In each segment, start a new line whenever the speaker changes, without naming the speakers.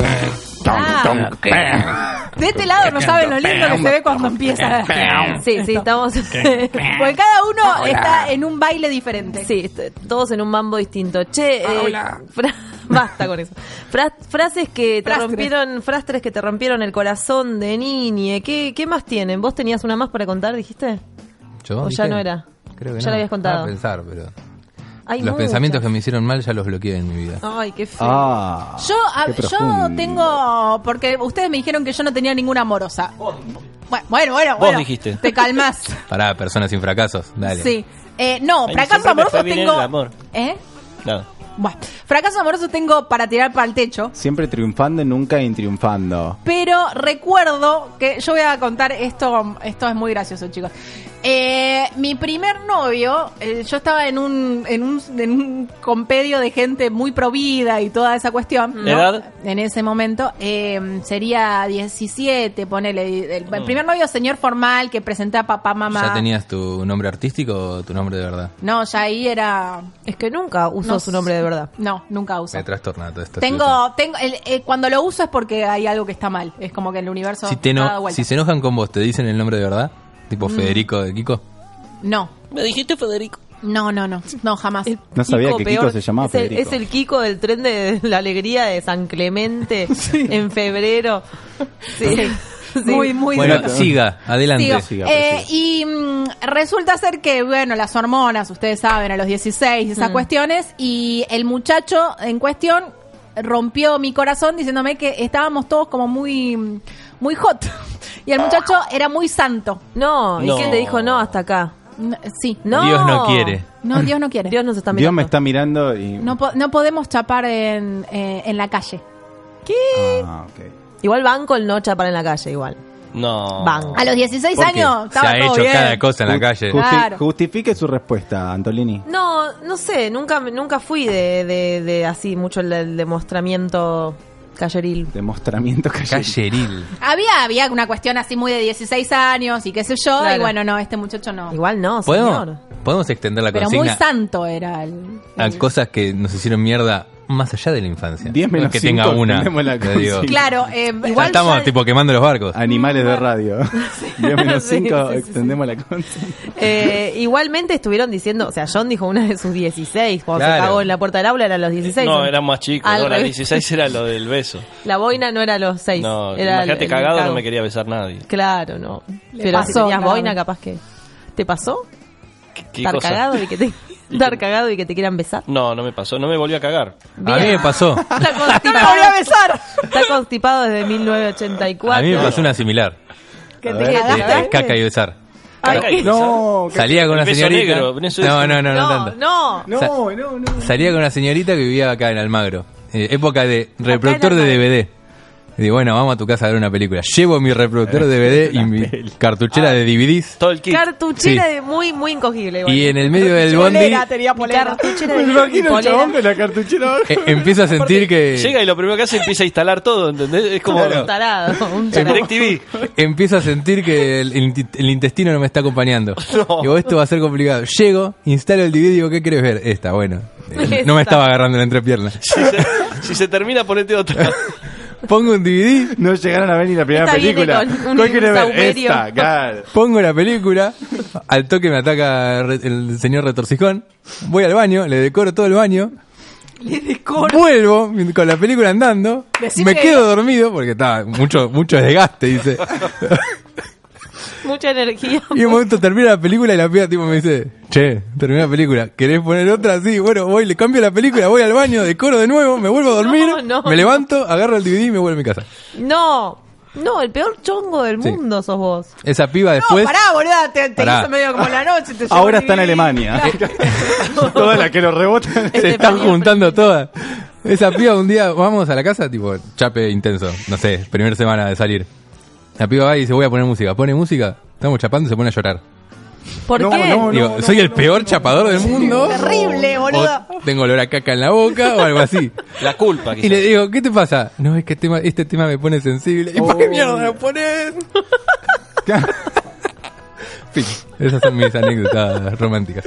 Ah, de este lado no saben lo lindo que se ve cuando empieza.
Sí, sí, estamos.
Porque cada uno está en un baile diferente.
sí, est- todos en un mambo distinto. Che, eh, fra- basta con eso. Fra- frases que te
Frastres.
rompieron, frastres que te rompieron el corazón de niñe. ¿Qué, ¿Qué más tienen? ¿Vos tenías una más para contar, dijiste?
¿Yo?
O ya
¿Dije?
no era.
Creo que
Ya
no.
lo habías contado.
Ah, pensar, pero
Hay
los
muchas.
pensamientos que me hicieron mal ya los bloqueé en mi vida.
Ay, qué feo.
Ah,
Yo, a-
qué
yo
profundo.
tengo. Porque ustedes me dijeron que yo no tenía ninguna amorosa. Bueno, bueno, bueno.
Vos
bueno.
dijiste.
Te calmas.
Pará, personas sin fracasos, dale.
Sí. Eh, no,
Ay,
fracasos
siempre me fue
amorosos
bien
tengo.
el amor.
¿Eh?
Nada.
Bueno, fracasos amorosos tengo para tirar para el techo.
Siempre triunfando y nunca intriunfando.
Pero recuerdo que yo voy a contar esto, esto es muy gracioso, chicos. Eh, mi primer novio, eh, yo estaba en un, en un en un compendio de gente muy provida y toda esa cuestión. ¿no?
¿Edad?
En ese momento eh, sería 17, ponele. El, el primer novio, señor formal, que presenté a papá, mamá.
¿Ya tenías tu nombre artístico o tu nombre de verdad?
No, ya ahí era.
Es que nunca usó
no
su nombre de verdad.
No, nunca uso.
Me trastorna todo esto.
Tengo, tengo el- eh, cuando lo uso es porque hay algo que está mal. Es como que el universo
Si, te
está
eno-
dado vuelta. Mm.
si se enojan con vos, ¿te dicen el nombre de verdad? Tipo Federico de Kiko.
No,
Me dijiste Federico.
No, no, no, no, jamás.
El
No sabía que Kiko se llamaba
es el,
Federico.
es el Kiko del tren de la alegría de San Clemente en febrero. Sí. Sí.
Muy, muy
Bueno,
duro.
siga, pues, adelante.
Sigo.
siga,
Eh, y mm, resulta ser que, bueno, las hormonas, ustedes saben, a los 16, esas
Mm.
cuestiones, y el muchacho en cuestión rompió mi corazón diciéndome que estábamos todos como muy, mm, muy hot. Y el muchacho era muy santo.
No, ¿y
No.
quién te dijo no hasta acá?
N- Sí.
No.
Dios no quiere.
No, Dios no quiere.
Dios nos está mirando.
Dios me está mirando y.
No, po- no podemos chapar en, eh, en la calle.
Ah, ok.
Igual banco el no chapar en la calle, igual.
No.
Banco.
A los 16
¿Por qué?
años
Se
estaba
ha
todo
hecho
bien.
cada cosa en la
Ju-
calle.
justi-
Claro.
Justifique su respuesta, Antolini.
No, no sé, nunca nunca fui de, de, de así mucho el, el demostramiento calleril.
Demostramiento que
Calleril.
Había, había una cuestión así muy de 16 años y qué sé yo,
Claro.
y bueno, no, este muchacho no.
Igual no,
¿Podemos,
señor.
¿Podemos extender la
Pero muy
consigna
santo era el...
a
el-
cosas que nos hicieron mierda más allá de la infancia?
10
No es
menos
que
cinco,
tenga una.
tenemos la Ah,
te digo.
consigna.
Claro, eh,
Ya
igual
estamos
yo-
tipo quemando los barcos.
Animales de radio. 10 menos
Sí,
5,
sí, sí,
extendemos la consigna.
Eh, igualmente estuvieron diciendo, o sea, John dijo una de sus 16, cuando se
Claro.
cagó en la puerta del aula era a los 16.
No, era más chico.
Al
No, la
revés.
16 era lo del beso.
La boina no era a los 6.
No,
era
imagínate
el- el
cagado,
cago.
no me quería besar nadie.
Claro, no.
Le
Pero si
pasó,
tenías
claro.
boina, capaz que. ¿Te pasó?
¿Qué, qué
Estar
cosa?
cagado y que te. Estar cagado y que te quieran besar.
No, no me pasó. No me volvió a cagar.
A mí me pasó.
Está constipado.
volví a besar!
Está constipado desde 1984.
A mí me pasó una similar.
Que
ver,
te
De- de
cagaste.
caca y besar.
Ay,
Caca y
qué-
No, que-
Salía con
El
una
beso
señorita.
negro, eso es-
No, no, no, no
No,
tanto.
no.
no,
Sa-
no, no.
Salía con una señorita que vivía acá en Almagro. Eh, época de reproductor
Almagro.
de DVD. Y digo, bueno, vamos a tu casa a ver una película. Llevo mi reproductor de DVD y mi cartuchera de DVDs.
Ah.
Todo el kit.
Cartuchera
Sí.
de muy, muy incogible. igual.
Y en el medio del bondi
Polera, tenía polera.
Cartuchera
Me
de
imagino el
polera.
chabón con la cartuchera abajo.
eh, empiezo a sentir que...
Llega y lo primero que hace empieza a instalar todo, ¿entendés? Es como
Un tarado, un
en
tarado.
DirecTV.
Empiezo a sentir que el, el inti- el intestino no me está acompañando.
No.
Digo, esto va a ser complicado. Llego, instalo el DVD y digo, ¿qué querés ver? Esta, bueno. Eh, No me estaba agarrando la entrepierna.
Si se, si se termina, ponete otra.
Pongo un DVD,
No llegaron a ver ni la primera
Esta viene
película.
con un
¿Cuál querés ver?
saumerio.
Esta, claro.
Pongo la película, al toque me ataca re- el señor retorcijón, voy al baño, le decoro todo el baño, vuelvo con la película andando,
Decí
me
que-
quedo dormido porque estaba mucho, mucho desgaste, dice.
Mucha energía.
Y en un momento termina la película y la piba tipo me dice, che, termina la película, ¿querés poner otra? Sí, bueno, voy, le cambio la película, voy al baño, decoro de nuevo, me vuelvo a dormir,
No, no.
me levanto, agarro el DVD y me vuelvo a mi casa.
No, no, el peor chongo del
Sí.
mundo sos vos.
Esa piba
No,
después...
pará, boluda, te, te
Pará.
hizo medio como la noche. te llevó
Ahora
el
está en
DVD.
Alemania.
Claro.
Todas las que lo rebotan.
Se están
pañuelo
juntando todas. Esa piba un día, vamos a la casa, tipo, chape intenso, no sé, primera semana de salir. La piba va y dice, voy a poner música. Pone música, estamos chapando y se pone a llorar.
¿Por
No,
qué?
no,
Digo, soy el peor chapador del mundo.
Terrible, boludo.
O tengo olor a caca en la boca o algo así.
La culpa,
Y le
quizás.
digo, ¿qué te pasa? No, es que tema, este tema me pone sensible. ¿Y por qué mierda lo pones? Fin. Esas son mis anécdotas románticas.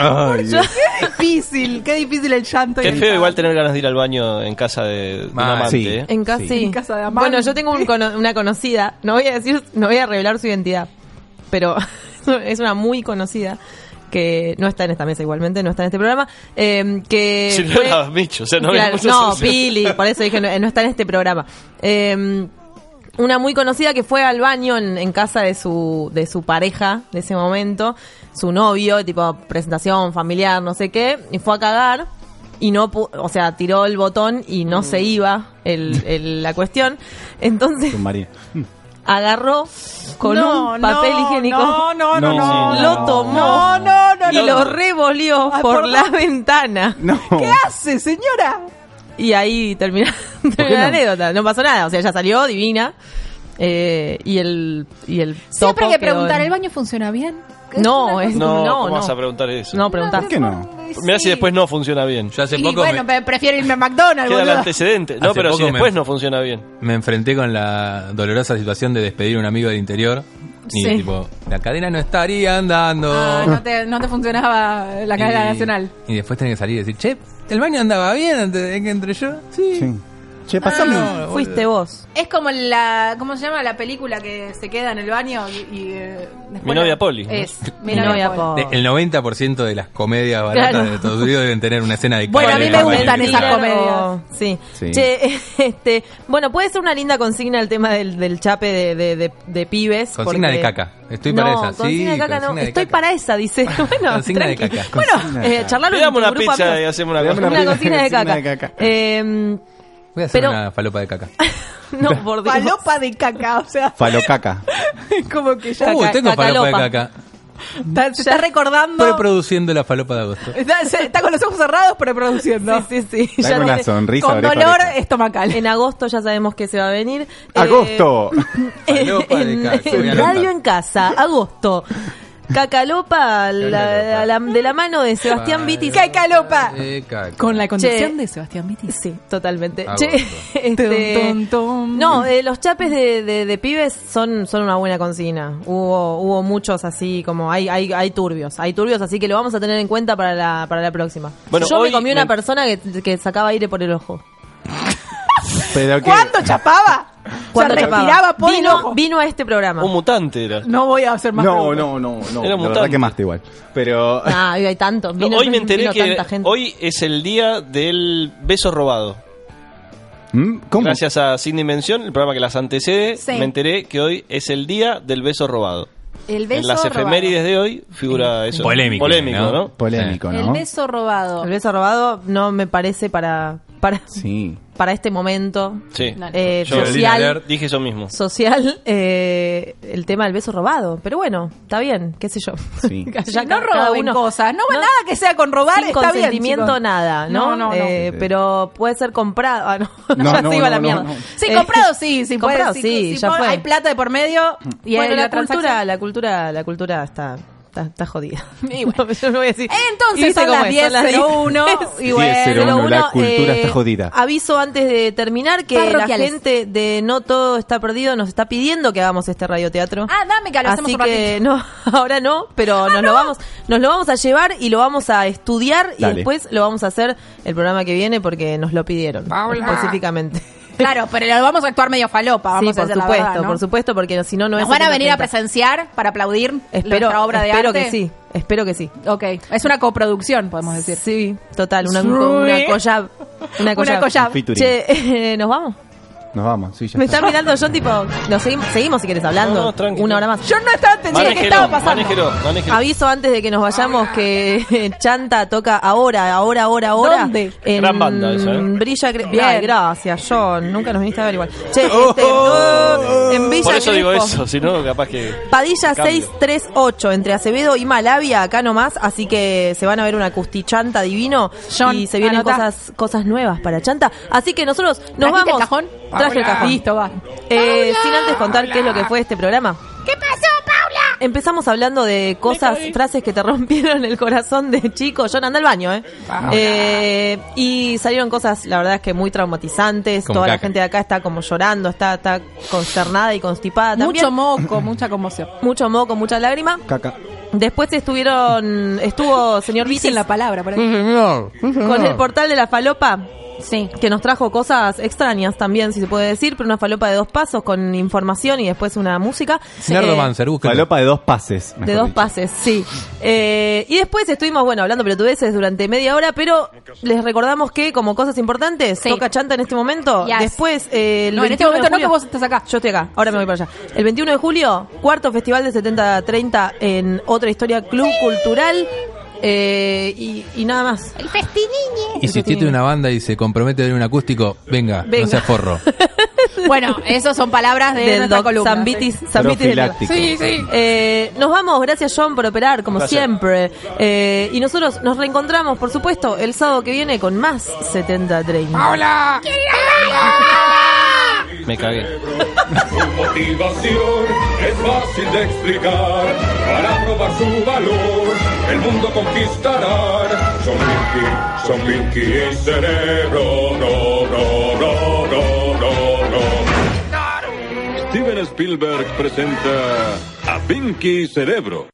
Ay,
Yo-
Dios.
Qué difícil, qué difícil el llanto. y
Qué
el
feo
llanto.
igual tener ganas de ir al baño en casa de, de un
Ah,
amante.
sí.
¿eh?
En casa,
Sí.
sí.
En casa de amante.
Bueno, yo tengo un cono- una conocida, no voy a decir, no voy a revelar su identidad, pero es una muy conocida que no está en esta mesa igualmente, no está en este programa, eh, que
Si no
fue-
era Micho, o sea, no
Claro,
había mucha
no,
solución.
Pili, por eso dije, no, no está en este programa. Eh, una muy conocida que fue al baño en, en casa de su, de su pareja de ese momento, su novio, tipo presentación familiar, no sé qué, y fue a cagar y no, pu- o sea, tiró el botón y no
Mm.
se iba el- el- la cuestión. Entonces
Submarino.
agarró con
No,
un papel
no,
higiénico,
No, no, no,
No,
no.
sí,
lo tomó
No, no, no,
y
no.
lo revolvió
Ay,
por
por
la
la-
ventana.
No.
¿Qué hace, señora?
Y ahí termina, termina la anécdota. No pasó nada. O sea, ella salió divina. eh, y el, y el
Siempre
topo
hay que
quedó
preguntar,
en-
¿el baño funciona bien?
No, es-
No,
No,
¿cómo
no.
vas a preguntar eso?
No, preguntás.
¿Por qué no?
Mirá si después no funciona bien.
Yo hace
Y
poco
bueno,
me,
pre- prefiero irme a McDonald's,
Queda el
boludo.
antecedente. No,
Hace
pero
poco
si
me-
después no funciona bien.
me enfrenté con la dolorosa situación de despedir a un amigo del interior. Y
Sí.
tipo, la cadena no estaría andando.
Ah, no te, no te funcionaba la cadena
Y-
nacional.
Y después tenés que salir y decir, che, el baño andaba bien antes de que entre yo. Sí.
Sí. Che, pasame.
No,
Fuiste vos.
Es como la, ¿cómo se llama? La película que se queda en el baño y... y, eh, después
Mi
la-
novia Poli, ¿no?
Es, mi
Mi novia
novia Poli.
Poli.
De- El 90% de las comedias baratas
Claro.
de Estados Unidos deben tener una escena de
Bueno, a mí
cadena
me gustan
bailando.
esas
Claro,
comedias.
Sí.
Sí.
Che, este, bueno, puede ser una linda consigna el tema del, del chape de, de, de- de pibes.
Consigna
porque-
de caca. Estoy para
No,
esa. Sí,
Consigna de caca, no.
consigna de
Estoy
caca.
para esa, dice. Bueno,
Consigna de
tranqui.
caca.
Bueno,
Consigna de
eh,
caca.
charlarlo
Le
en
damos
tu
una
grupo,
pizza y
amigos.
hacemos una
Le damos
cosa.
Una consigna de caca.
Consigna de caca.
Eh,
Voy a hacer
Pero-
una falopa de caca.
no, por Dios.
Palopa de caca, o sea,
Falocaca.
como que ya
Uh,
Caca-
tengo falopa de
cacalopa.
caca.
está, se está recordando...
Preproduciendo la falopa de agosto.
Está, se- está con los ojos cerrados, pero produciendo.
Sí, sí, sí.
Dame
no
una
sé.
sonrisa.
Con
oreja,
dolor
oreja.
estomacal.
En agosto ya sabemos que se va a venir. Eh,
Agosto.
Falopa de
en-
caca,
en
voy a
radio
anotar.
en casa, agosto. Cacalopa la-
Cacalopa.
la- de la mano de Sebastián Viti.
Cacalopa.
Eh, caca.
Con la conducción
Che.
de Sebastián Vitti.
Sí, totalmente.
Agosto.
Che, este,
Tum, tum, tum.
No, eh, los chapes de, de- de pibes son, son una buena consigna. Hubo, hubo muchos así, como hay, hay, hay turbios, hay turbios, así que lo vamos a tener en cuenta para la, para la próxima.
Bueno,
Yo me
hoy
comí
me-
una persona que, que sacaba aire por el ojo.
Pero que.
¿Cuándo chapaba?
Cuando
se
chapaba.
retiraba por el
vino,
ojo.
vino a este programa.
Un mutante era.
No voy a hacer más
No,
preguntas.
no, no, no.
Era
La
mutante.
verdad quemaste igual. Pero.
Ah, hay tanto.
No,
Vino-
hoy me enteré
vino
que
tanta gente.
hoy es el día del beso robado.
¿Mm? ¿Cómo?
Gracias a Sin Dimensión, el programa que las antecede,
Sí.
me enteré que hoy es el día del beso robado.
El beso
en las
robado.
efemérides de hoy figura eso.
Polémico,
Polémico,
¿no?
¿no?
Polémico,
El
¿no?
beso robado.
El beso robado no me parece para, para,
Sí.
para este momento
Sí.
No, no.
eh,
Yo-
social.
Dije eso mismo.
Social, eh, el tema del beso robado. Pero bueno, está bien, qué sé yo.
Sí.
Ya
no
ca- cada
roben
uno-
cosas. No, nada que sea con robar
sin
está bien.
consentimiento
chicos.
nada, ¿no?
No, no, no.
Eh,
Sí, sí.
Pero puede ser comprado. Ah, no.
No,
ya
no,
se iba
no,
la
no,
mierda.
no.
Sí,
Eh,
comprado sí, sí,
comprado
puede,
sí,
si
ya
pon-
fue.
Hay plata de por medio y
bueno,
hay
la,
transacción.
cultura, la cultura, la cultura está, está, está jodida. Y bueno, yo no voy a decir. Y
Entonces
viste
son
cómo
las
es, son las
10.01 y
10:01.
bueno.
Pero
Pero
bueno,
uno,
la
eh,
cultura está jodida.
Aviso antes de terminar que la
Parroquiales.
gente de No Todo Está Perdido nos está pidiendo que hagamos este radioteatro.
Ah, dame que lo hacemos
Así
un
que no, ahora Ah, no, pero nos lo vamos, nos lo vamos a llevar y lo vamos a estudiar y
Dale.
después lo vamos a hacer el programa que viene porque nos lo pidieron
Paula.
específicamente.
Claro, pero lo vamos a actuar medio falopa,
sí,
vamos a
por
hacer
supuesto,
la verdad, ¿no?
por supuesto, porque si no no
Nos
es
van a venir a
830.
presenciar para aplaudir
Espero,
nuestra obra de
espero
arte.
que sí, espero que sí.
Ok, es una coproducción, podemos decir.
Sí, total, una,
Sí.
una collab, una collab.
Una collab.
Featuring.
Che, eh, nos vamos.
Nos vamos, sí, ya
Me
está.
está mirando yo tipo, nos seguimos, seguimos si quieres hablando.
No, no, tranqui,
una hora
no.
más.
Yo no estaba entendiendo qué
Manejelo,
estaba pasando.
manejelo, manejelo.
Aviso antes de que nos vayamos que Chanta toca ahora, ahora, ahora, ahora.
¿Dónde?
En
Gran banda esa, ¿eh?
Brilla Cre-
Bien.
Ay, gracias, John. Nunca nos viniste a ver igual. Che, este, eh, en Villa
Oh, Por eso digo
Crespo.
eso, si no, capaz que.
Padilla
Cambio.
638 entre Acevedo y Malavia, acá nomás, así que se van a ver una custichanta divino
John,
y se vienen
anotá.
cosas cosas nuevas para Chanta. Así que nosotros nos
¿Trajiste
vamos.
el cajón?
Traje el cajón.
Listo, va.
Eh, sin antes contar qué es lo que fue este programa. ¿Qué pasó, Paula? Empezamos hablando de cosas, frases que te rompieron el corazón de chico. John, anda al baño, ¿eh? Eh, y salieron cosas, la verdad es que muy traumatizantes.
Como
Toda la
caca.
gente de acá está como llorando, está, está consternada y constipada también.
Mucho moco, mucha conmoción.
Mucho moco, mucha lágrima.
Caca.
Después estuvieron, estuvo señor Vitis
Dicen la palabra por ahí.
señor.
con el portal de la falopa,
Sí.
que nos trajo cosas extrañas también, si se puede decir, pero una falopa de dos pasos con información y después una música. Eh,
Nerdomancer, búsquenlo.
Falopa de dos pases.
de dos pases, sí. Eh, y después estuvimos, bueno, hablando pelotudeces durante media hora, pero les recordamos que, como cosas importantes,
Sí.
toca chanta en este momento.
Yes.
Después, eh, el
No, en este
21
momento
de
no,
julio-
que vos estás acá.
Yo estoy acá, ahora me voy para allá. El 21 de julio, cuarto festival de 70-30 en Otra Historia Club Cultural. eh, y, y nada más.
El festiniñe.
Y si usted tiene una banda y se compromete a ver un acústico, venga,
Venga.
no sea forro.
Bueno, esas son palabras de
Del
nuestra
doc
columna.
Zambitis,
sí.
Zambitis del-
Profiláctico.
Eh, nos vamos, gracias John por operar, como
Gracias.
siempre. Eh, y nosotros nos reencontramos, por supuesto, el sábado que viene con más 70-30.
Me cagué.
motivación es fácil de explicar. Para probar su valor, el mundo conquistará. Son Pinky, son Pinky y cerebro. No, no, no, no, no, no. Steven Spielberg presenta a Pinky Cerebro.